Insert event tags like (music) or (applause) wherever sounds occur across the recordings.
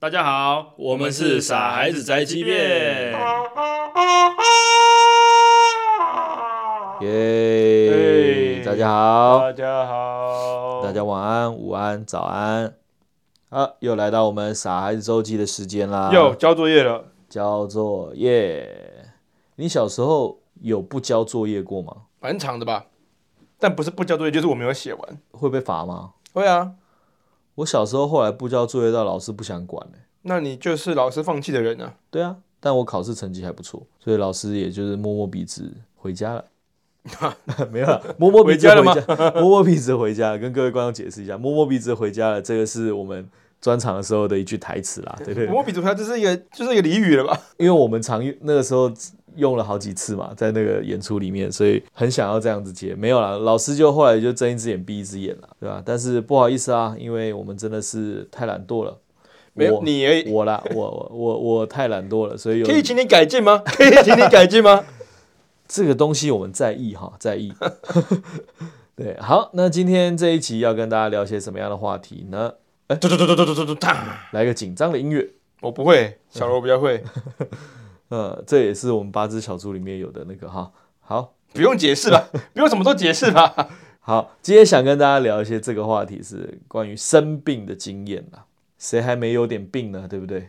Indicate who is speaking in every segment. Speaker 1: 大家好，
Speaker 2: 我们是傻孩子宅急便
Speaker 3: 耶、
Speaker 1: 嘿
Speaker 3: 大家好，
Speaker 1: 家好
Speaker 3: 大家晚安、午安、早安。啊，又来到我们傻孩子周记的时间啦。
Speaker 1: 又交作业了，
Speaker 3: 交作业。你小时候有不交作业过吗？
Speaker 2: 蛮长的吧？
Speaker 1: 但不是不交作业，就是我没有写完。
Speaker 3: 会被罚吗？
Speaker 2: 会啊，
Speaker 3: 我小时候后来不交作业到老师不想管了、
Speaker 1: 那你就是老师放弃的人啊。
Speaker 3: 对啊，但我考试成绩还不错，所以老师也就是摸摸鼻子回家
Speaker 1: (laughs)
Speaker 3: 了。 (laughs) 没有啦，摸摸鼻子
Speaker 1: 回家了
Speaker 3: 回
Speaker 1: 吗
Speaker 3: 家，摸摸鼻子回家了。跟各位观众解释一下，摸摸鼻子回家了，这个是我们专场的时候的一句台词啦，对对对
Speaker 1: 摸笔涂鸦，这是一个，就是一个俚语了吧？
Speaker 3: 因为我们常用那个时候用了好几次嘛，在那个演出里面，所以很想要这样子接，没有啦，老师就后来就睁一只眼闭一只眼了，对吧？但是不好意思啊，因为我们真的是太懒惰了。
Speaker 1: 没有
Speaker 3: 我
Speaker 1: 你而已
Speaker 3: 我啦，我我我我太懒惰了，所以有
Speaker 1: 可以请你改 (laughs) 进吗？可以请你改进吗？
Speaker 3: 这个东西我们在意哈，在意。 (laughs) 对，好，那今天这一集要跟大家聊些什么样的话题呢？
Speaker 1: (laughs) 嘟嘟嘟嘟嘟嘟嘟嘟哒！
Speaker 3: 来个紧张的音乐，
Speaker 1: 我不会，小罗比较会，
Speaker 3: 呃，这也是我们八只小猪里面有的那个哈。好，
Speaker 1: 不用解释了，不用什么都解释 (laughs) 吧。
Speaker 3: 好，今天想跟大家聊一些这个话题是关于生病的经验啦。谁还没有点病呢？对不对？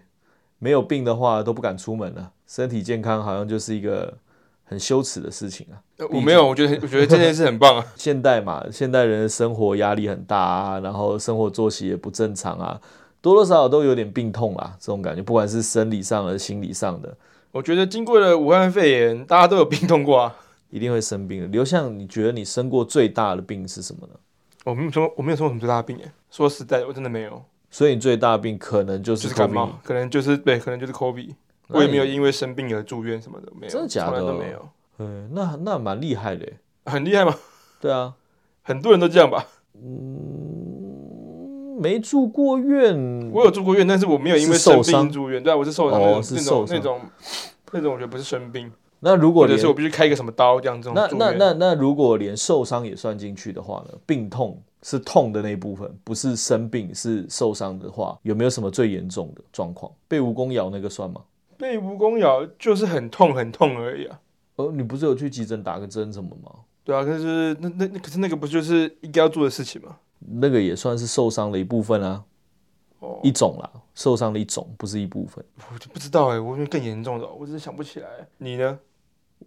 Speaker 3: 没有病的话都不敢出门了，身体健康好像就是一个很羞耻的事情啊。
Speaker 1: 呃我没有，我觉得我觉得这件事很棒啊。
Speaker 3: 现代嘛，现代人的生活压力很大啊，然后生活作息也不正常啊，多多少少都有点病痛啦，这种感觉，不管是生理上的、心理上的，
Speaker 1: 我觉得经过了武汉肺炎，大家都有病痛过啊。
Speaker 3: 一定会生病的。刘向，你觉得你生过最大的病是什么呢？哦
Speaker 1: 我没有说，我没有说什么最大的病耶。说实在的，我真的没有，
Speaker 3: 所以你最大的病可能就是
Speaker 1: 就是感
Speaker 3: COVID
Speaker 1: 冒，可能就是对，可能就是 COVID。
Speaker 3: 那
Speaker 1: 我也没有
Speaker 3: 你
Speaker 1: 因为生病而住院什么的，没有，
Speaker 3: 真的假的
Speaker 1: 从来都没有，
Speaker 3: 嗯，那那蛮厉害的耶。
Speaker 1: 很厉害吗？
Speaker 3: 对啊，
Speaker 1: 很多人都这样吧。
Speaker 3: 没住过院，
Speaker 1: 我有住过院，但是我没有因为
Speaker 3: 嗯是受
Speaker 1: 生
Speaker 3: 伤
Speaker 1: 病住院，对啊，我是受伤
Speaker 3: 哦
Speaker 1: 那种
Speaker 3: 是
Speaker 1: 那
Speaker 3: 受
Speaker 1: 种
Speaker 3: 伤
Speaker 1: 那种那种，我觉得不是生病，
Speaker 3: 那如果
Speaker 1: 或者
Speaker 3: 连
Speaker 1: 是我必须开一个什么刀这样这种
Speaker 3: 那
Speaker 1: 住
Speaker 3: 那
Speaker 1: 院。
Speaker 3: 那那如果连受伤也算进去的话呢？病痛是痛的那一部分，不是生病，是受伤的话，有没有什么最严重的状况？被蜈蚣咬那个算吗？
Speaker 1: 被蜈蚣咬就是很痛很痛而已啊，
Speaker 3: 呃，你不是有去急诊打个针什么吗？
Speaker 1: 对啊，可是那那那可是那个不就是应该要做的事情吗？
Speaker 3: 那个也算是受伤的一部分啊，
Speaker 1: 哦，
Speaker 3: 一种啦，受伤的一种，不是一部分。
Speaker 1: 我就不知道哎、我觉得更严重的，我真的想不起来。你呢？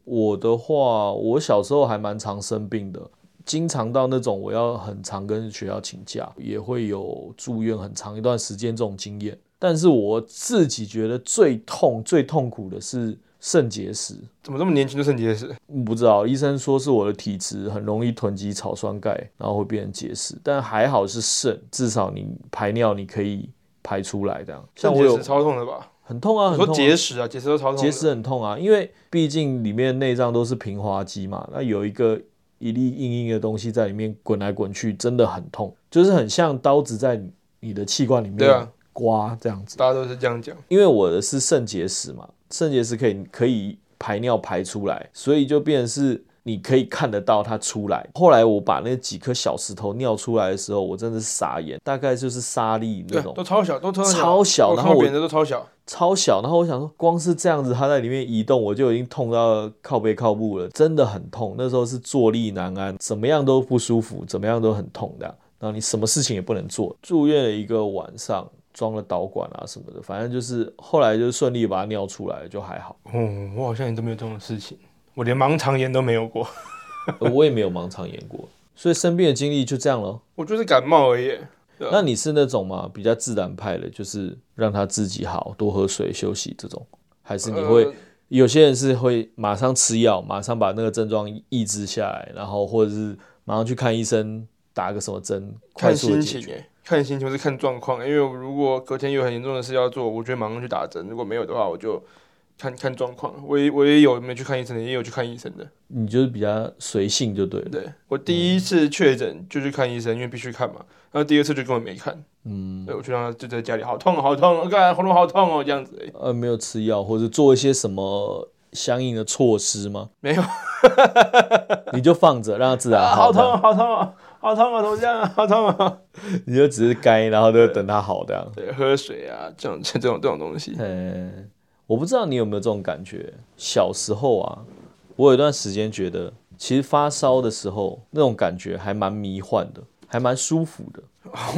Speaker 3: 我的话，我小时候还蛮常生病的，经常到那种我要很常跟学校请假，也会有住院很长一段时间这种经验。但是我自己觉得最痛、最痛苦的是肾结石，
Speaker 1: 怎么这么年轻就肾结石？
Speaker 3: 嗯不知道医生说是我的体质很容易囤积草酸钙，然后会变成结石。但还好是肾，至少你排尿你可以排出来这样。像我
Speaker 1: 肾结
Speaker 3: 有
Speaker 1: 石超痛的吧？
Speaker 3: 很痛啊，
Speaker 1: 我
Speaker 3: 很
Speaker 1: 说
Speaker 3: 痛啊、
Speaker 1: 结石啊，结石都超痛的。
Speaker 3: 结石很痛啊，因为毕竟里面内脏都是平滑肌嘛，那有一个一粒硬硬的东西在里面滚来滚去，真的很痛，就是很像刀子在你你的器官里
Speaker 1: 对
Speaker 3: 面
Speaker 1: 啊，
Speaker 3: 刮这样子。
Speaker 1: 大家都是这样讲。
Speaker 3: 因为我的是肾结石嘛，肾结石可以可以排尿排出来，所以就变成是你可以看得到它出来。后来我把那几颗小石头尿出来的时候，我真的是傻眼，大概就是沙粒
Speaker 1: 对
Speaker 3: 那
Speaker 1: 啊，
Speaker 3: 种
Speaker 1: 都。超小，都超小，
Speaker 3: 超小
Speaker 1: 我
Speaker 3: 然
Speaker 1: 看
Speaker 3: 后
Speaker 1: 过
Speaker 3: 我
Speaker 1: 别人的都超小，
Speaker 3: 超小，然后我想说，光是这样子，它在里面移动，我就已经痛到靠背靠步了，真的很痛。那时候是坐立难安，怎么样都不舒服，怎么样都很痛的。然后你什么事情也不能做，住院了一个晚上，装了导管啊什么的，反正就是后来就顺利把它尿出来了，就还好。
Speaker 1: 哦，我好像也都没有这种事情，我连盲肠炎都没有过，
Speaker 3: 呃我也没有盲肠炎过，所以生病的经历就这样咯。
Speaker 1: 我就是感冒而已。对啊
Speaker 3: 那你是那种嘛比较自然派的，就是让它自己好，多喝水、休息这种，还是你会？
Speaker 1: 呃
Speaker 3: 有些人是会马上吃药，马上把那个症状抑制下来，然后或者是马上去看医生，打个什么针，快
Speaker 1: 看
Speaker 3: 速的
Speaker 1: 心
Speaker 3: 解
Speaker 1: 情
Speaker 3: 决。
Speaker 1: 哎，看心情或是看状况，因为我如果隔天有很严重的事要做，我就会马上去打针；如果没有的话，我就看看状况。我也我也有没去看医生的，也有去看医生的。
Speaker 3: 你就是比较随性就对了。
Speaker 1: 对我第一次确诊就去看医生，因为必须看嘛。然后第二次就根本没看，嗯，对我就让他就在家里，好痛哦，好痛哦，干喉咙好痛哦，这样子而已。
Speaker 3: 呃，没有吃药或者做一些什么相应的措施吗？
Speaker 1: 没有， (laughs)
Speaker 3: 你就放着让它自然
Speaker 1: 啊，好
Speaker 3: 好。
Speaker 1: 痛哦，好痛哦，好痛啊，头这样啊，好痛啊！
Speaker 3: 你就只是该，然后就等它好这样。
Speaker 1: 对，喝水啊，这种这种这种东西， (laughs)
Speaker 3: 呃，我不知道你有没有这种感觉。小时候啊，我有一段时间觉得，其实发烧的时候那种感觉还蛮迷幻的，还蛮舒服的。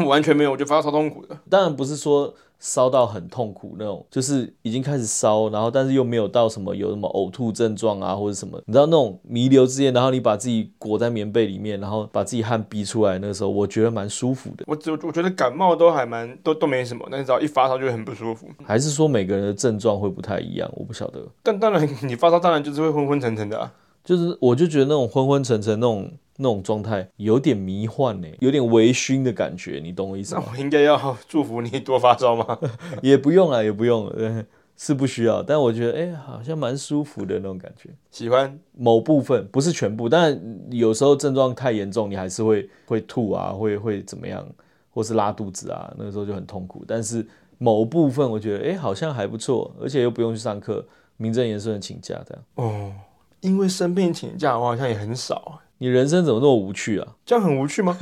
Speaker 1: 完全没有，我就发超痛苦的。
Speaker 3: 当然不是说烧到很痛苦那种，就是已经开始烧，然后但是又没有到什么有什么呕吐症状啊或者什么，你知道那种弥留之夜，然后你把自己裹在棉被里面，然后把自己汗逼出来，那个时候我觉得蛮舒服的。
Speaker 1: 我只我觉得感冒都还蛮都都没什么，但是只要一发烧就会很不舒服。
Speaker 3: 还是说每个人的症状会不太一样，我不晓得。
Speaker 1: 但当然，你发烧当然就是会昏昏沉沉的、啊，
Speaker 3: 就是我就觉得那种昏昏沉沉那种那种状态有点迷幻呢、有点微醺的感觉，你懂我意思
Speaker 1: 那
Speaker 3: 吗？
Speaker 1: 我应该要祝福你多发烧吗？ (laughs)
Speaker 3: 也不用啊，也不用， (laughs) 呃是不需要。但我觉得哎、好像蛮舒服的那种感觉。
Speaker 1: 喜欢
Speaker 3: 某部分不是全部，但有时候症状太严重，你还是会会吐啊，会会怎么样，或是拉肚子啊，那个时候就很痛苦。但是某部分我觉得哎、好像还不错，而且又不用去上课，名正言顺的请假这样。
Speaker 1: 哦，因为生病请假我好像也很少，啊
Speaker 3: 你人生怎么那么无趣啊？
Speaker 1: 这样很无趣 (laughs) 吗？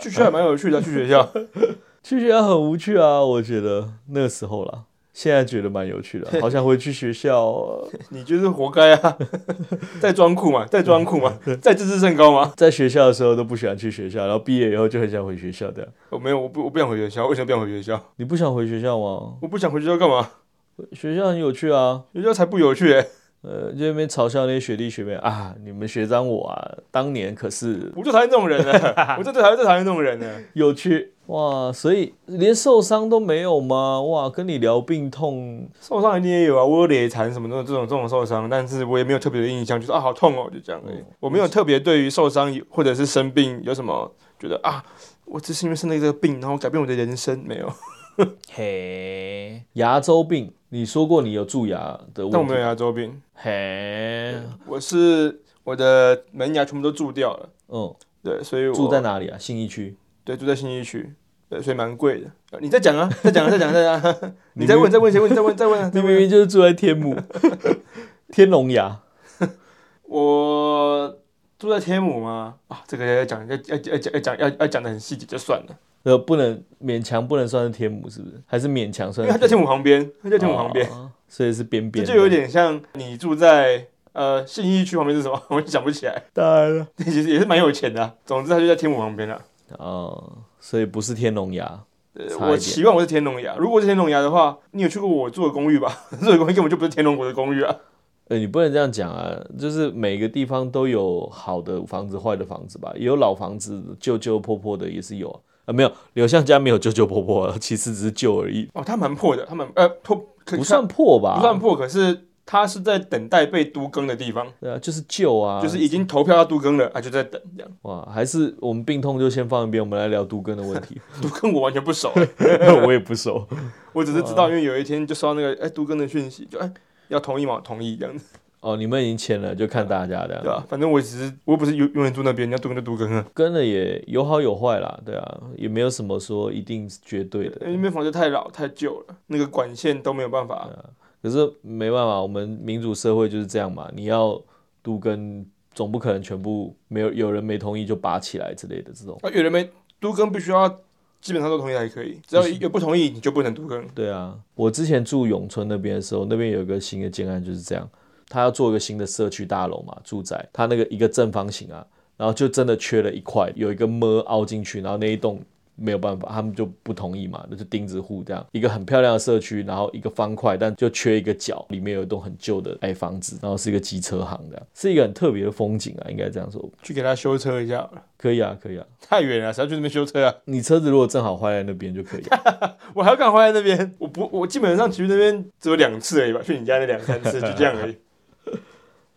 Speaker 1: 去学校还蛮有趣的，去学校
Speaker 3: 去学校很无趣啊，我觉得那个时候啦，现在觉得蛮有趣
Speaker 1: (laughs)
Speaker 3: 的，好想回去学校哦。
Speaker 1: (laughs) 你就是活该啊！ (laughs) 在装酷嘛，在装酷嘛，在自视甚高 (laughs) 吗？
Speaker 3: 在学校的时候都不喜欢去学校，然后毕业以后就很想回学校这样。
Speaker 1: 我哦没有，我不我不想回学校，为什么不想回学校？
Speaker 3: 你不想回学校吗？
Speaker 1: 我不想回学校干嘛？
Speaker 3: 学校很有趣啊，
Speaker 1: 学校才不有趣、 (laughs) 欸，
Speaker 3: 呃，就在那边嘲笑那些学弟学妹啊，你们学长我啊，当年可是
Speaker 1: 我就讨厌这种人呢、啊 (laughs) 我就最讨厌最讨厌这种人啊呢、
Speaker 3: 有趣哇，所以连受伤都没有吗？哇，跟你聊病痛，
Speaker 1: 受伤一定也有啊，我有裂残什么的这种这种受伤，但是我也没有特别的印象，就是啊好痛哦，就这样而已。我没有特别对于受伤或者是生病有什么觉得啊，我只是因为生了这个病，然后改变我的人生没有。
Speaker 3: 嘿，牙周病，你说过你有蛀牙的
Speaker 1: 但我
Speaker 3: 问题，
Speaker 1: 没有牙周病，
Speaker 3: 嘿，
Speaker 1: 我是我的门牙全部都蛀掉了，
Speaker 3: 嗯，
Speaker 1: 对，所以我
Speaker 3: 住在哪里啊？信义区。
Speaker 1: 对住在新一区，对，所以蛮贵的。呃你再讲啊，再讲啊，
Speaker 3: (laughs)
Speaker 1: 再讲啊，再讲啊，你再问，再问，再问，再问，再问啊，
Speaker 3: 你
Speaker 1: 再
Speaker 3: 明
Speaker 1: 问啊。
Speaker 3: 明就是住在天
Speaker 1: (laughs)
Speaker 3: 母，天龙牙，
Speaker 1: 我住在天母吗？啊，这个要讲，要要要要讲，要要讲的很细节就算了。
Speaker 3: 呃，不能勉强不能算是天母，是不是？还是勉强
Speaker 1: 因
Speaker 3: 算
Speaker 1: 为
Speaker 3: 是
Speaker 1: 它在天母旁边，它在天母旁边，
Speaker 3: 哦所以是边
Speaker 1: 这
Speaker 3: 边的。
Speaker 1: 就有点像你住在呃信义区旁边是什么？ (laughs) 我也想不起来。
Speaker 3: 当然了
Speaker 1: 其实也是蛮有钱的啊、总之它就在天母旁边了、
Speaker 3: 哦，所以不是天龙牙，
Speaker 1: 呃
Speaker 3: 差一点
Speaker 1: 我期望我是天龙牙，如果是天龙牙的话，你有去过我住的公寓吧？ (laughs) 住的公寓根本就不是天龙国的公寓啊！
Speaker 3: 呃，你不能这样讲啊，就是每个地方都有好的房子、坏的房子吧，也有老房子、旧旧破破的也是有啊。啊，没有，刘向家没有旧旧破破啊，其实只是旧而已，
Speaker 1: 哦，它蛮破的，它蛮呃破，可
Speaker 3: 不算破吧？
Speaker 1: 不算破，可是它是在等待被都更的地方，
Speaker 3: 对啊，就是旧啊，
Speaker 1: 就是已经投票要都更了啊，就在等这样。
Speaker 3: 哇，还是我们病痛就先放一边，我们来聊都根的问
Speaker 1: (laughs)
Speaker 3: 题。 (laughs)
Speaker 1: 都更我完全不熟，
Speaker 3: 我也不熟，
Speaker 1: 我只是知道，因为有一天就收到那个哎都更的讯息，就哎要同意吗？同意这样子。
Speaker 3: 哦，你们已经签了，就看大家的。
Speaker 1: 对啊，反正我只是我又不是永永远住那边，你要多跟就多跟啊。
Speaker 3: 跟了也有好有坏啦，对啊，也没有什么说一定是绝对的。
Speaker 1: 因为那边房子太老太旧了，那个管线都没有办法。
Speaker 3: 嗯可是没办法，我们民主社会就是这样嘛，你要都跟总不可能全部没有有人没同意就拔起来之类的这种。
Speaker 1: 啊，有人没都跟必须要基本上都同意才可以，只要有不同意你就不能都跟。
Speaker 3: 对啊，我之前住永春那边的时候，那边有一个新的建案就是这样，他要做一个新的社区大楼嘛，住宅，他那个一个正方形啊，然后就真的缺了一块，有一个么凹进去，然后那一栋没有办法，他们就不同意嘛，那就钉子户这样，一个很漂亮的社区，然后一个方块，但就缺一个角，里面有一栋很旧的矮房子，然后是一个机车行的，是一个很特别的风景啊，应该这样说，
Speaker 1: 去给他修车一下好了，
Speaker 3: 可以啊，可以啊，
Speaker 1: 太远了，谁要去那边修车啊？
Speaker 3: 你车子如果正好坏在那边就可以了，
Speaker 1: (laughs) 我还要赶回来那边，我不，我基本上去那边只有两次而已吧，去你家那两三 (laughs) 次就这样而已。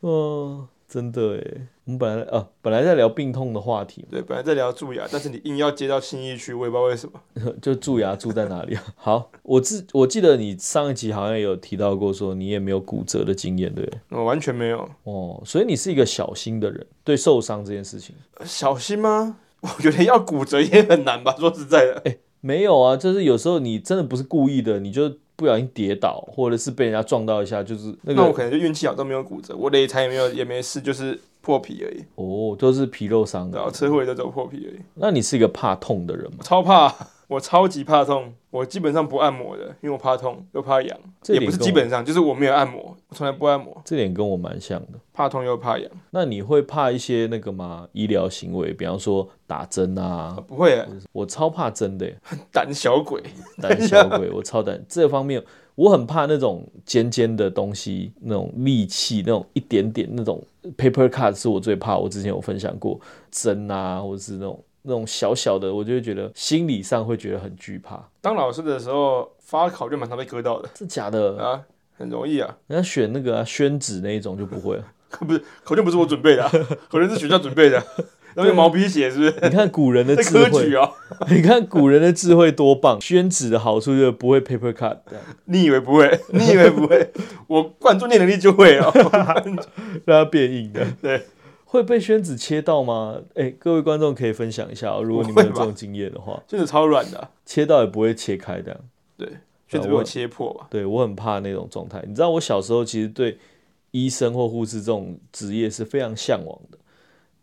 Speaker 3: 嗯，真的诶，我们本来啊本来在聊病痛的话题嘛。 (laughs)
Speaker 1: 对，本来在聊蛀牙，但是你硬要接到新一区，我也不知道为什么。
Speaker 3: 就蛀牙蛀在哪里啊？ (laughs) 好，我记我记得你上一集好像有提到过，说你也没有骨折的经验，对不对？
Speaker 1: 我完全没有
Speaker 3: 哦，所以你是一个小心的人，对受伤这件事情，
Speaker 1: 呃小心吗？ (laughs) 我觉得要骨折也很难吧，说实在的。 (laughs)
Speaker 3: 没有啊，就是有时候你真的不是故意的，你就。不小心跌倒，或者是被人家撞到一下，就是那
Speaker 1: 那我
Speaker 3: 个
Speaker 1: 可能就运气好，都没有骨折，我肋残也没有也没事，就是破皮而已。
Speaker 3: 哦，都是皮肉伤
Speaker 1: 然后
Speaker 3: 的。
Speaker 1: 车祸也就走破皮而已。
Speaker 3: 那你是一个怕痛的人吗？
Speaker 1: 我超怕，我超级怕痛，我基本上不按摩的，因为我怕痛又怕痒，
Speaker 3: 这
Speaker 1: 也
Speaker 3: 点
Speaker 1: 不是
Speaker 3: 跟我
Speaker 1: 基本上，就是我没有按摩，我从来不按摩，
Speaker 3: 这点跟我蛮像的。
Speaker 1: 怕痛又怕痒。
Speaker 3: 那你会怕一些那个吗？医疗行为，比方说打针啊
Speaker 1: 啊，不会耶，
Speaker 3: 我超怕针的耶，
Speaker 1: 胆小鬼，
Speaker 3: 胆小鬼，我超胆这方面，我很怕那种尖尖的东西，那种利器，那种一点点那种 paper cut 是我最怕。我之前有分享过针啊，或者是那种那种小小的，我就会觉得心理上会觉得很惧怕。
Speaker 1: 当老师的时候发考卷蛮常被割到的
Speaker 3: 这假的，
Speaker 1: 啊，很容易啊。 (laughs)
Speaker 3: 人家选那个、啊、宣纸那一种就不会了。
Speaker 1: 可不是考卷不是我准备的、啊，考卷是学校准备的、然后用毛笔写是不是？
Speaker 3: 你看古人的
Speaker 1: 在
Speaker 3: 智
Speaker 1: (laughs) 科
Speaker 3: 慧
Speaker 1: 举，哦，
Speaker 3: 你看古人的智慧多棒。宣纸的好处就是不会 paper cut，这样
Speaker 1: 你以为不会？ (laughs) 你以为不会？我灌注念能力就会哦。
Speaker 3: (laughs) 让它变硬的。
Speaker 1: (laughs) 对，
Speaker 3: 会被宣纸切到吗？哎、各位观众可以分享一下、哦，如果你们有这种经验的话，
Speaker 1: 就是超软的啊、
Speaker 3: 切到也不会切开这样。
Speaker 1: 对，确
Speaker 3: 啊
Speaker 1: 实被我切破吧。
Speaker 3: 对我很怕那种状态。你知道我小时候其实对医生或护士这种职业是非常向往的，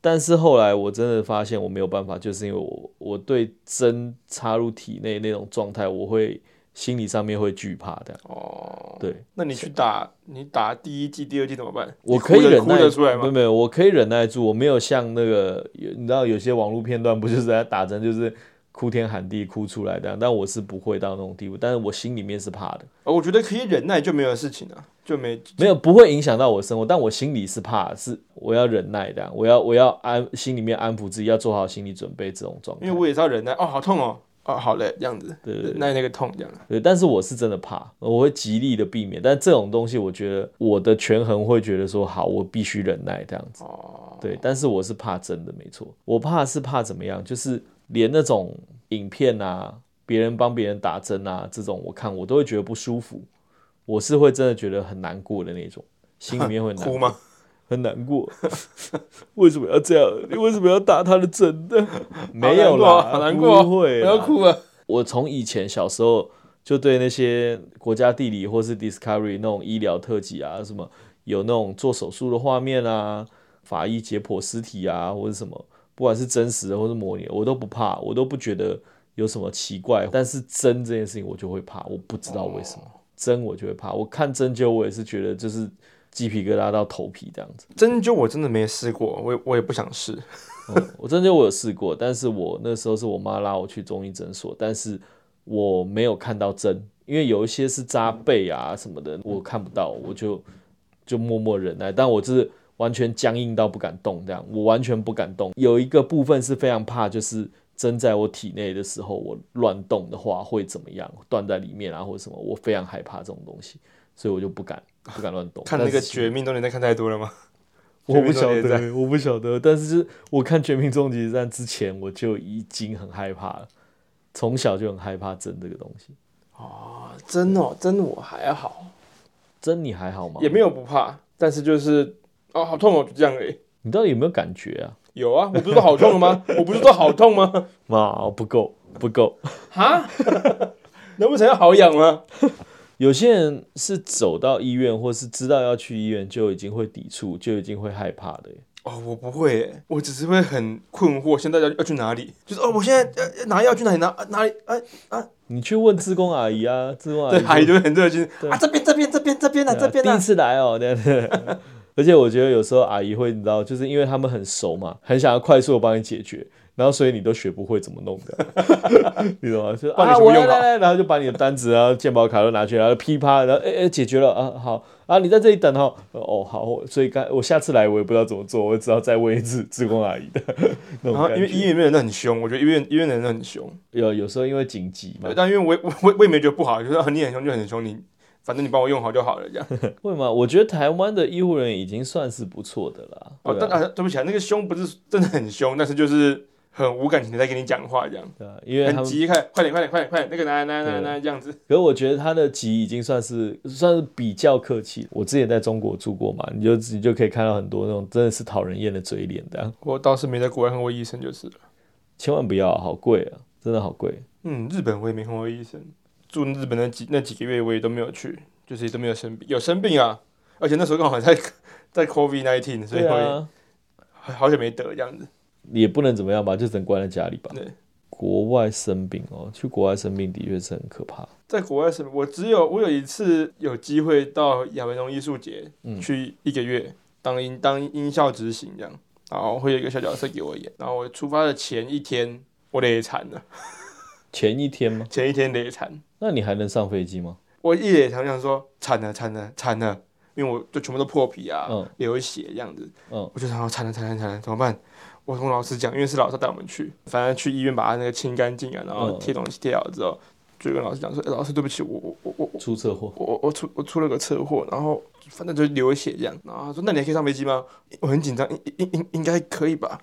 Speaker 3: 但是后来我真的发现我没有办法，就是因为我我对针插入体内那种状态，我会心理上面会惧怕的。
Speaker 1: 哦，
Speaker 3: 对，
Speaker 1: 那你去打，你打第一季、第二季怎么办？
Speaker 3: 我
Speaker 1: 你
Speaker 3: 可以
Speaker 1: 哭着
Speaker 3: 忍
Speaker 1: 哭
Speaker 3: 耐，
Speaker 1: 着出来
Speaker 3: 没有
Speaker 1: 吗？
Speaker 3: 没有，我可以忍耐住，我没有像那个，有你知道有些网络片段不就是在打针，就是哭天喊地哭出来的，但我是不会到那种地步，但是我心里面是怕的，
Speaker 1: 哦我觉得可以忍耐就没有事情啊，就没
Speaker 3: 没有不会影响到我生活，但我心里是怕，是我要忍耐的，我要我要安心里面安抚自己，要做好心理准备这种状
Speaker 1: 因
Speaker 3: 态
Speaker 1: 为，我也是要忍耐。哦，好痛哦，哦，好嘞，这样子，
Speaker 3: 对对对
Speaker 1: 忍耐那个痛这样。
Speaker 3: 对，但是我是真的怕，我会极力的避免，但这种东西我觉得我的权衡会觉得说好，我必须忍耐这样子。
Speaker 1: 哦，
Speaker 3: 对，但是我是怕真的，没错。我怕是怕怎么样，就是连那种影片啊，别人帮别人打针啊，这种我看我都会觉得不舒服，我是会真的觉得很难过的那种，心里面会难
Speaker 1: 哭
Speaker 3: 过
Speaker 1: 吗？
Speaker 3: (laughs) 很难过， (laughs) 为什么要这样？你为什么要打他的针呢？没有啦，
Speaker 1: 好难过
Speaker 3: 不会
Speaker 1: 我
Speaker 3: 啦
Speaker 1: 要哭啊了。
Speaker 3: 我从以前小时候就对那些国家地理或是 Discovery 那种医疗特辑啊，什么有那种做手术的画面啊，法医解剖尸体啊，或者什么，不管是真实的或是模拟的，我都不怕，我都不觉得有什么奇怪。但是针这件事情，我就会怕，我不知道为什么、针我就会怕。我看针灸，我也是觉得就是鸡皮疙瘩到头皮这样子。
Speaker 1: 针灸我真的没试过，我也我也不想试。
Speaker 3: 嗯我针灸我有试过，但是我那时候是我妈拉我去中医诊所，但是我没有看到针，因为有一些是扎背啊什么的，我看不到，我就就默默忍耐，但我就是完全僵硬到不敢动，这样我完全不敢动。有一个部分是非常怕，就是针在我体内的时候，我乱动的话会怎么样，断在里面啊或者什么，我非常害怕这种东西，所以我就不敢不敢乱动。
Speaker 1: 看那
Speaker 3: 但
Speaker 1: 个《
Speaker 3: 是
Speaker 1: 绝命终结站》看太多了吗？
Speaker 3: 我不晓
Speaker 1: 绝命终结
Speaker 3: 得，我不晓得。但是就是我看《绝命终结站》之前，我就已经很害怕了，从小就很害怕针这个东西。
Speaker 1: 针哦，针我还好，
Speaker 3: 针你还好吗
Speaker 1: 也？没有不怕，但是就是哦，好痛哦，就这样而已。
Speaker 3: 你到底有没有感觉啊？
Speaker 1: 有啊，我不是说好痛了 (laughs) 吗？我不是说好痛吗？
Speaker 3: 啊，不够，不够。
Speaker 1: (laughs) 哈，难不成要好痒吗？
Speaker 3: 有些人是走到医院，或是知道要去医院，就已经会抵触，就已经会害怕的耶。
Speaker 1: 哦，我不会耶，我只是会很困惑，现在要要去哪里？就是哦，我现在要要拿药去哪里拿？啊哪里？啊啊，
Speaker 3: 你去问志工阿姨啊，志工阿
Speaker 1: 对，
Speaker 3: 姨就
Speaker 1: 阿姨就会很热心啊，这边这边这边这边呢，
Speaker 3: 对
Speaker 1: 这
Speaker 3: 啊
Speaker 1: 边
Speaker 3: 第一
Speaker 1: 呢。
Speaker 3: 次来哦，对对。而且我觉得有时候阿姨会，你知道，就是因为他们很熟嘛， (laughs) 很想要快速的帮你解决，然后所以你都学不会怎么弄的， (laughs) 你懂吗？就是
Speaker 1: 帮你
Speaker 3: 啊，
Speaker 1: 什么
Speaker 3: 我
Speaker 1: 用
Speaker 3: 来来
Speaker 1: 好
Speaker 3: 来，然后就把你的单子啊、健保卡都拿去，然后噼啪，然后哎哎解决了啊，好啊，你在这里等哦，哦好，我所以刚我下次来我也不知道怎么做，我只好再问一次 (laughs) 志工阿姨的那
Speaker 1: 然
Speaker 3: 种
Speaker 1: 后
Speaker 3: 感
Speaker 1: 因为
Speaker 3: 觉。
Speaker 1: 医院里面人都很凶，我觉得医院医院的人都很凶，
Speaker 3: 有有时候因为紧急嘛
Speaker 1: 对，但因为我也 (laughs) 我我我也没觉得不好，就是啊你很凶就很凶，你反正你帮我用好就好了这样。
Speaker 3: 会吗？我觉得台湾的医护人员已经算是不错的啦。
Speaker 1: 哦，
Speaker 3: 对啊
Speaker 1: 但啊对不起啊，那个凶不是真的很凶，但是就是很无感情的在跟你讲话这样，
Speaker 3: 对啊，因为他
Speaker 1: 很
Speaker 3: 们
Speaker 1: 急，快快点快点快点快点，那个拿拿拿拿这样子。
Speaker 3: 可是我觉得他的急已经算是算是比较客气了。我之前在中国住过嘛，你就你就可以看到很多那种真的是讨人厌的嘴脸的啊，
Speaker 1: 我倒是没在国外看过医生就是了，
Speaker 3: 千万不要啊，好贵啊，真的好贵。
Speaker 1: 嗯，日本我也没看过医生。住日本那几那几个月，我也都没有去，就是也都没有生病，有生病啊，而且那时候刚好在 (laughs) 在 COVID nineteen，所以
Speaker 3: 对
Speaker 1: 我也
Speaker 3: 啊，
Speaker 1: 好好久没得这样子。
Speaker 3: 也不能怎么样吧，就只能关在家里吧。
Speaker 1: 对，
Speaker 3: 国外生病哦，去国外生病的确是很可怕。
Speaker 1: 在国外生，我只有我有一次有机会到亚维农艺术节、
Speaker 3: 嗯
Speaker 1: 去一个月当音当音效执行这样，然后会有一个小角色给我演，然后我出发的前一天我累残了，
Speaker 3: 前一天吗？
Speaker 1: 前一天累残，
Speaker 3: 那你还能上飞机吗？
Speaker 1: 我一脸常想说惨了惨了惨了，因为我就全部都破皮啊，
Speaker 3: 嗯
Speaker 1: 流血这样子，
Speaker 3: 嗯
Speaker 1: 我就想说惨了惨了惨了怎么办？我跟老师讲，因为是老师带我们去，反正去医院把它那个清干净啊，然后
Speaker 3: 嗯
Speaker 1: 贴东西贴好之后，就跟老师讲说，哎老师对不起，我我我我
Speaker 3: 出车祸，
Speaker 1: 我我我出我出了个车祸，然后反正就流血这样，然后他说那你还可以上飞机吗？我很紧张，应应应应该可以 (laughs) 吧？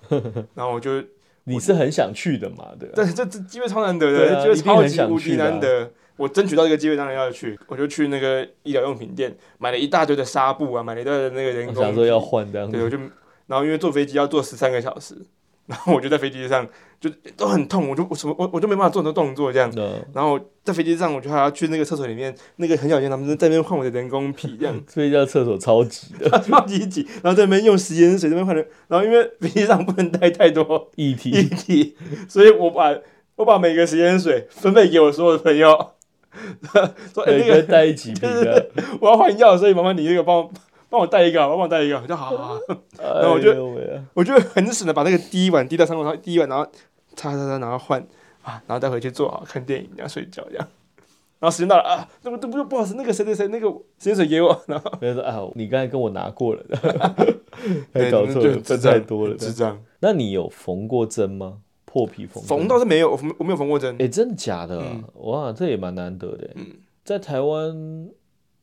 Speaker 1: 然后我就，
Speaker 3: 你是很想去的嘛？对吧？
Speaker 1: 但是这这机会超难得
Speaker 3: 对
Speaker 1: 的，
Speaker 3: 啊
Speaker 1: 机会
Speaker 3: 一定
Speaker 1: 超
Speaker 3: 很
Speaker 1: 级
Speaker 3: 想
Speaker 1: 无敌
Speaker 3: 去的啊
Speaker 1: 难得。我争取到这个机会，当然要去。我就去那个医疗用品店，买了一大堆的纱布啊，买了一大堆的那个人
Speaker 3: 我
Speaker 1: 工。
Speaker 3: 想说要换这样
Speaker 1: 对，
Speaker 3: 子，
Speaker 1: 我就，然后因为坐飞机要坐十三个小时，然后我就在飞机上就都很痛，我就我什么我我就没办法做很多动作这样。
Speaker 3: 那
Speaker 1: 然后在飞机上，我就还要去那个厕所里面，那个很小间，他们在那边换我的人工皮这样。
Speaker 3: 睡觉厕所超级的
Speaker 1: 超级挤， (laughs) 然后在那边用食盐水这边换人，然后因为飞机上不能带太多
Speaker 3: 议
Speaker 1: 液 (laughs)
Speaker 3: 题，
Speaker 1: 体，所以我把我把每个食盐水分配给我所有的朋友， (laughs) 说哎、
Speaker 3: 每
Speaker 1: 那
Speaker 3: 个
Speaker 1: 个
Speaker 3: 带一起瓶
Speaker 1: (laughs)
Speaker 3: 的。
Speaker 1: 我要换药，所以麻烦你那个帮我帮我带一个好吧，帮我带一个，我就好好好，
Speaker 3: 哎
Speaker 1: 我就
Speaker 3: 呦喂啊
Speaker 1: 我就很省的把那个第一碗滴到伤口上，第一碗然后擦擦擦，然后换啊，然后带回去做好看电影，啊然后睡觉这样。然后时间到了啊，那不对不不好意思，那个谁谁谁那个食盐水给我，然后
Speaker 3: 没有说啊，你刚才跟我拿过
Speaker 1: (laughs)
Speaker 3: 了，还哎搞错
Speaker 1: 对
Speaker 3: 了，
Speaker 1: 就
Speaker 3: 分
Speaker 1: 这
Speaker 3: 太
Speaker 1: 样
Speaker 3: 多了。
Speaker 1: 智障，
Speaker 3: 那你有缝过针吗？破皮缝针
Speaker 1: 缝倒是没有，我我没有缝过针
Speaker 3: 哎、，真的假的、啊？哇，这也蛮难得的欸。
Speaker 1: 嗯
Speaker 3: 在台湾，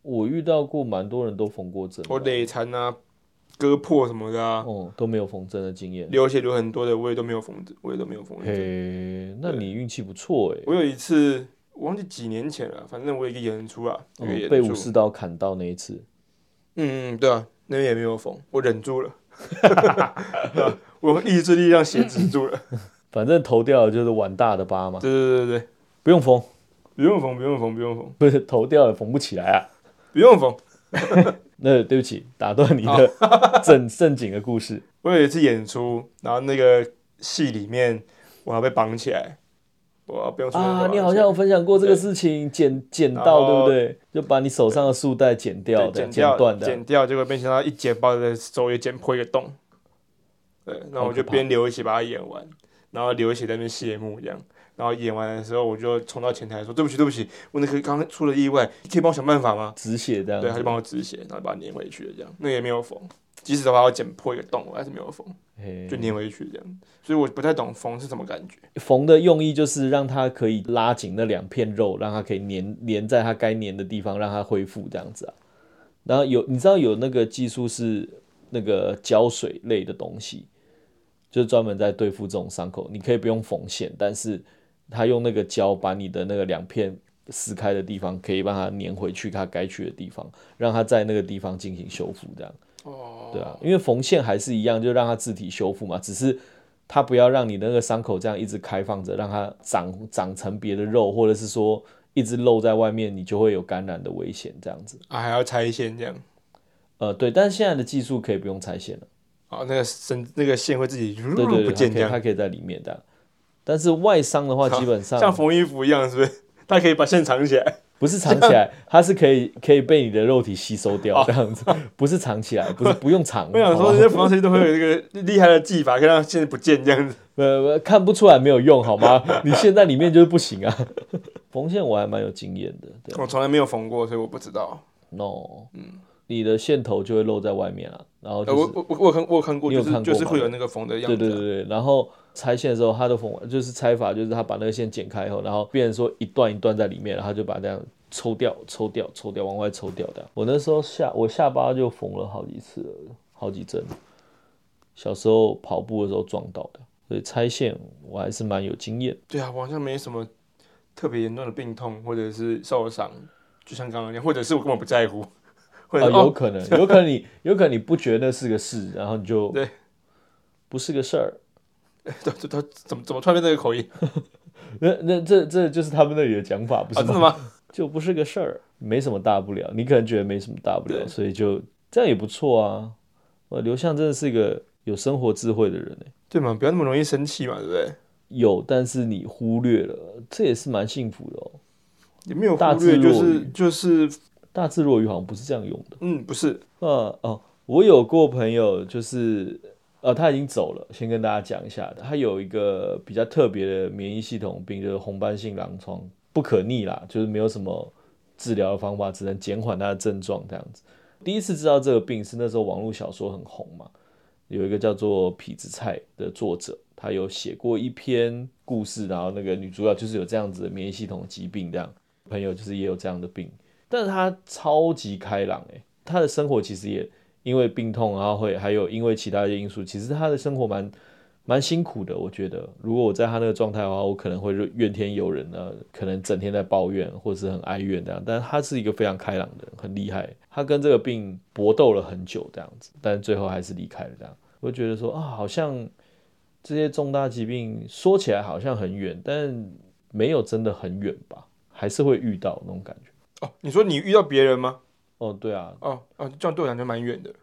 Speaker 3: 我遇到过蛮多人都缝过针的，
Speaker 1: 我累残啊、割破什么的啊，
Speaker 3: 哦、都没有缝针的经验。
Speaker 1: 流血流很多的，我也都没有缝针，我也都没有缝针。
Speaker 3: 嘿，那你运气不错哎、
Speaker 1: 我有一次，我忘记几年前了，反正我有一个演出啊，有一个
Speaker 3: 嗯
Speaker 1: 演
Speaker 3: 被
Speaker 1: 出
Speaker 3: 武士刀砍到那一次，
Speaker 1: 嗯嗯，对啊，那边也没有缝，我忍住了， (laughs) 我意志力让血止住了。
Speaker 3: (laughs) 反正头掉了就是碗大的疤嘛，
Speaker 1: 对对对对对，
Speaker 3: 不用缝，
Speaker 1: 不用缝，不用缝，不用缝，
Speaker 3: 不是头掉了缝不起来啊。
Speaker 1: 不用缝。
Speaker 3: 那对不起，打断你
Speaker 1: 哦
Speaker 3: 的正正经的故事。
Speaker 1: 我有一次演出，然后那个戏里面我要被绑起来，我要不用出门被
Speaker 3: 啊，
Speaker 1: 绑
Speaker 3: 你好
Speaker 1: 起
Speaker 3: 像
Speaker 1: 来
Speaker 3: 有分享过这个事情，剪剪
Speaker 1: 然
Speaker 3: 到对
Speaker 1: 后
Speaker 3: 不对？就把你手上的束带剪掉
Speaker 1: 对，
Speaker 3: 的，
Speaker 1: 剪
Speaker 3: 剪
Speaker 1: 掉
Speaker 3: 断的
Speaker 1: 剪。掉，结果没想到一剪，把我的手也剪破一个洞。对，然后我就
Speaker 3: 好可怕
Speaker 1: 边流血把它演完，然后流血在那边谢幕这样。然后演完的时候，我就冲到前台说：“对不起，对不起，我那个刚刚出了意外， (laughs)
Speaker 3: 嗯
Speaker 1: 可以帮我想办法吗
Speaker 3: 止血这？”样
Speaker 1: 对，他就
Speaker 3: 子，
Speaker 1: 帮我止血，然后把它粘回去了这样。那个也没有缝，即使的话我剪破一个洞，我还是没有缝，
Speaker 3: 嘿
Speaker 1: 就粘回去这样。所以我不太懂缝是什么感觉。
Speaker 3: 缝的用意就是让它可以拉紧那两片肉，让它可以粘粘在它该粘的地方，让它恢复这样子啊。然后有你知道有那个技术是那个胶水类的东西，就是专门在对付这种伤口，你可以不用缝线，但是它用那个胶把你的那个两片撕开的地方，可以让它粘回去它该去的地方，让它在那个地方进行修复这样。
Speaker 1: 哦，
Speaker 3: 对啊，因为缝线还是一样，就让它自体修复嘛，只是它不要让你那个伤口这样一直开放着，让它长长成别的肉，或者是说一直露在外面，你就会有感染的危险这样子。
Speaker 1: 啊，还要拆线这样。
Speaker 3: 呃，对，但是现在的技术可以不用拆线了，
Speaker 1: 啊，那个绳那个线会自己
Speaker 3: 对对
Speaker 1: 嗯不
Speaker 3: 对，它
Speaker 1: 见
Speaker 3: 可
Speaker 1: 这
Speaker 3: 以
Speaker 1: 样
Speaker 3: 它。可以在里面的。但是外伤的话，基本上
Speaker 1: (laughs) 像缝衣服一样，是不是？它可以把线藏起来。
Speaker 3: 不是藏起来， (laughs) 它是可以可以被你的肉体吸收掉这样
Speaker 1: (laughs)
Speaker 3: 子，不是藏起来，不是不用藏。
Speaker 1: 哦我想
Speaker 3: 好不好
Speaker 1: 说，人家服装设计都会有一个厉害的技法，可以让线不见这样子。
Speaker 3: 呃，看不出来没有用好吗？你现在里面就是不行啊。 (laughs) 缝线我还蛮有经验的，对
Speaker 1: (laughs) 我从来没有缝过，所以我不知道。
Speaker 3: ，no，你的线头就会露在外面啊，然后
Speaker 1: 嗯呃，
Speaker 3: 就
Speaker 1: 我
Speaker 3: 是，
Speaker 1: 我我我有看我有看过，
Speaker 3: 你有
Speaker 1: 就是
Speaker 3: 看过
Speaker 1: 就是
Speaker 3: 吗
Speaker 1: 会有那个缝的样子
Speaker 3: 对
Speaker 1: 啊。
Speaker 3: 对对对，然后拆线的时候，它的缝就是拆法，就是它把那个线剪开以后，然后变成说一段一段在里面，然后就把这样抽掉、抽掉、抽掉，往外抽掉的。我那时候下我下巴就缝了好几次了，好几针，小时候跑步的时候撞到的，所以拆线我还是蛮有经验。
Speaker 1: 对啊，我好像没什么特别严重的病痛或者是受伤，就像刚刚那样，或者是我根本不在乎，或者
Speaker 3: 啊，
Speaker 1: 是
Speaker 3: 有
Speaker 1: 哦，
Speaker 3: 可能，有可能你，有可能你不觉得那是个事，然后你就
Speaker 1: 对，
Speaker 3: 不是个事儿。
Speaker 1: 这这这怎么怎么突然变这个口音？
Speaker 3: (laughs) 那那这这就是他们那里的讲法，不是
Speaker 1: 啊，真
Speaker 3: 吗？
Speaker 1: 的吗？ (laughs)
Speaker 3: 就不是个事儿，没什么大不了。你可能觉得没什么大不了，
Speaker 1: 对
Speaker 3: 所以就这样也不错啊。呃，刘向真的是一个有生活智慧的人欸
Speaker 1: 对嘛，不要那么容易生气嘛，对不对？
Speaker 3: 有，但是你忽略了，这也是蛮幸福的哦。
Speaker 1: 也没有
Speaker 3: 大
Speaker 1: 忽
Speaker 3: 智
Speaker 1: 略，就
Speaker 3: 若愚
Speaker 1: 是就是，
Speaker 3: 大智若愚好像不是这样用的。
Speaker 1: 嗯，不是，
Speaker 3: 呃哦，我有过朋友，就是呃他已经走了，先跟大家讲一下，他有一个比较特别的免疫系统病，就是红斑性狼疮，不可逆啦，就是没有什么治疗的方法，只能减缓他的症状这样子。第一次知道这个病是那时候网络小说很红嘛，有一个叫做痞子蔡的作者，他有写过一篇故事，然后那个女主角就是有这样子的免疫系统疾病，这样朋友就是也有这样的病，但是他超级开朗、欸，他的生活其实也因为病痛，然后会还有因为其他的因素，其实他的生活蛮蛮辛苦的。我觉得，如果我在他那个状态的话，我可能会怨天尤人呢，可能整天在抱怨或是很哀怨这样。但他是一个非常开朗的人，很厉害。他跟这个病搏斗了很久这样子，但最后还是离开了这样。我就觉得说啊，好像这些重大疾病说起来好像很远，但没有真的很远吧，还是会遇到那种感觉。
Speaker 1: 哦，你说你遇到别人吗？
Speaker 3: 哦，对啊，
Speaker 1: 哦哦，这样对我感觉蛮远的。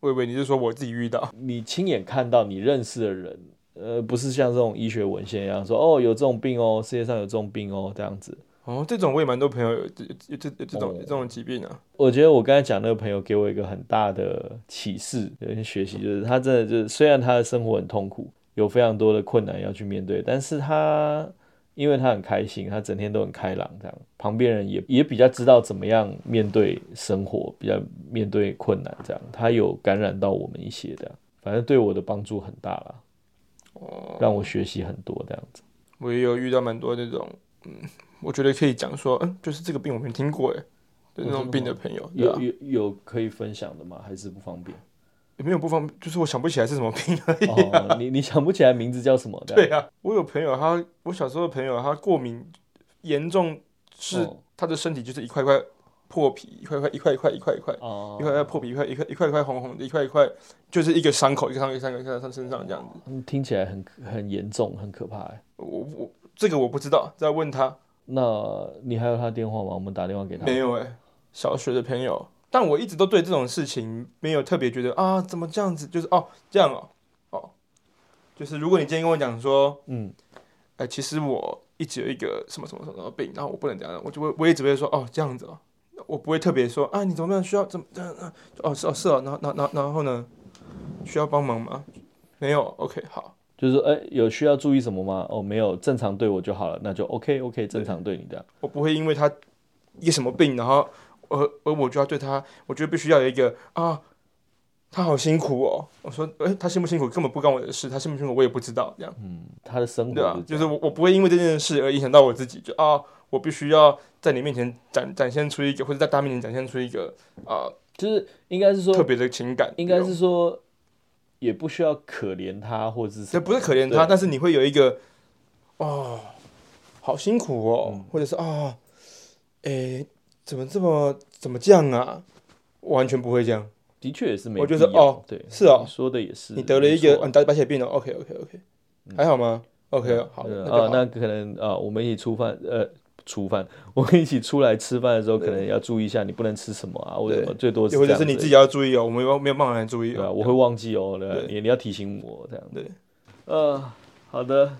Speaker 1: 我以为你是说我自己遇到，
Speaker 3: 你亲眼看到你认识的人，呃，不是像这种医学文献一样说哦有这种病哦，世界上有这种病哦这样子。
Speaker 1: 哦，这种我也蛮多朋友有这有这有这种
Speaker 3: 哦
Speaker 1: 这种疾病啊。
Speaker 3: 我觉得我刚才讲那个朋友给我一个很大的启示，有些学习就是他真的就是虽然他的生活很痛苦，有非常多的困难要去面对，但是他因为他很开心，他整天都很开朗，这样旁边人也 (laughs) 也比较知道怎么样面对生活，比较面对困难这样，他有感染到我们一些这样，反正对我的帮助很大啦，让我学习很多这样子。
Speaker 1: 我也有遇到蛮多那种，嗯，我觉得可以讲说，嗯，就是这个病我没听过哎，的那种病的朋友，对啊
Speaker 3: (laughs) 有，有有可以分享的吗？还是不方便？
Speaker 1: 也没有不方便，就是我想不起来是什么病而已。
Speaker 3: 哦，你你想不起来名字叫什么？这样
Speaker 1: 对啊，我有朋友他，我小时候的朋友他过敏严重是
Speaker 3: 哦
Speaker 1: 他的身体就是一块块破皮，一块块一块一块一块一块
Speaker 3: 哦
Speaker 1: 一块块破皮，一块一块一块一块红红的，一块一块就是一个伤口，一个伤口一个伤口一个伤口身上这样子。
Speaker 3: 嗯听起来很很严重，很可怕欸。
Speaker 1: 我我这个我不知道，再问他。
Speaker 3: 那你还有他电话吗？我们打电话给他。
Speaker 1: 没有哎、小学的朋友，但我一直都对这种事情没有特别觉得啊，怎么这样子？就是哦，这样哦，哦，就是如果你今天跟我讲说，
Speaker 3: 嗯，
Speaker 1: 哎、其实我一直有一个什么什么什么病，然后我不能讲，我就会我也只会说哦这样子哦，我不会特别说啊你怎么样需要怎么这样啊？哦是哦是哦，然后然后然后然后呢，需要帮忙吗？没有，OK 好，
Speaker 3: 就是说，哎、有需要注意什么吗？哦，没有，正常对我就好了，那就 OK OK，正常对你这样。
Speaker 1: 我不会因为他一个什么病，然后而而我就要对他，我觉得必须要有一个啊，他好辛苦哦。我说，哎、他辛不辛苦根本不关我的事，他辛不辛苦我也不知道，这样
Speaker 3: 嗯，他的生活
Speaker 1: 对啊，
Speaker 3: 这
Speaker 1: 就
Speaker 3: 样
Speaker 1: 是我我不会因为这件事而影响到我自己，就啊，我必须要在你面前展展现出一个，或者在大家面前展现出一个啊
Speaker 3: 就是应该是
Speaker 1: 特
Speaker 3: 说，
Speaker 1: 别的情感，
Speaker 3: 应该
Speaker 1: 对
Speaker 3: 是说，也不需要可怜他或者是什
Speaker 1: 这
Speaker 3: 么
Speaker 1: 不是可怜
Speaker 3: 对
Speaker 1: 他，但是你会有一个哦，好辛苦哦，
Speaker 3: 嗯
Speaker 1: 或者是啊，哦哎、怎么这么怎么这样啊？完全不会这样。
Speaker 3: 的确也是没
Speaker 1: 我
Speaker 3: 必
Speaker 1: 觉
Speaker 3: 要。
Speaker 1: 得哦
Speaker 3: 对，
Speaker 1: 是哦
Speaker 3: 你说的也是。
Speaker 1: 你得了一个
Speaker 3: 没错嗯
Speaker 1: 嗯得白血病了，OK OK OK，还好吗？OK，好，
Speaker 3: 呃
Speaker 1: 那就
Speaker 3: 啊，
Speaker 1: 好。
Speaker 3: 那可能啊，我们一起出饭，呃，出饭， (laughs) 我们一起出来吃饭的时候，可能也要注意一下，你不能吃什么啊，或者什么，最多是
Speaker 1: 或
Speaker 3: 这
Speaker 1: 者
Speaker 3: 样
Speaker 1: 是
Speaker 3: 子
Speaker 1: 你自己要注意哦，我们没有没有办法来注意
Speaker 3: 对啊，
Speaker 1: 哦。
Speaker 3: 我会忘记哦，对吧
Speaker 1: 对
Speaker 3: 你你要提醒我这样子。
Speaker 1: 对，
Speaker 3: 呃，好的，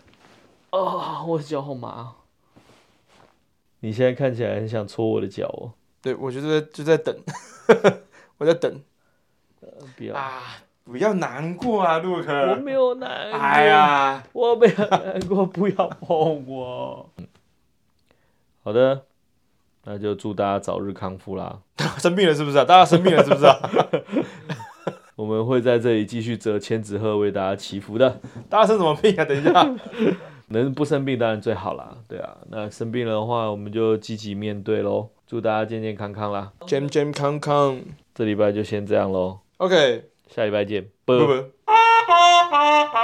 Speaker 3: 啊、我脚好麻、啊你现在看起来很想搓我的脚哦，
Speaker 1: 对，我就在就在等， (laughs) 我在等
Speaker 3: 不要，
Speaker 1: 啊！不要难过啊，陆
Speaker 3: 我
Speaker 1: 可。
Speaker 3: 没有难过，
Speaker 1: 哎呀， (laughs)
Speaker 3: 我没有难过，不要碰我。好的，那就祝大家早日康复啦。
Speaker 1: 生病了是不是啊？大家生病了是不是啊？ (laughs)
Speaker 3: 我们会在这里继续折千纸鹤为大家祈福的，
Speaker 1: 大家生什么病啊？等
Speaker 3: (laughs)
Speaker 1: 一下，
Speaker 3: 能不生病当然最好啦，对啊，那生病了的话，我们就积极面对喽，祝大家健健康康啦，
Speaker 1: Jam Jam 康康
Speaker 3: 这礼拜就先这样喽，
Speaker 1: ，OK，
Speaker 3: 下礼拜见，
Speaker 1: 不
Speaker 3: 拜
Speaker 1: 不。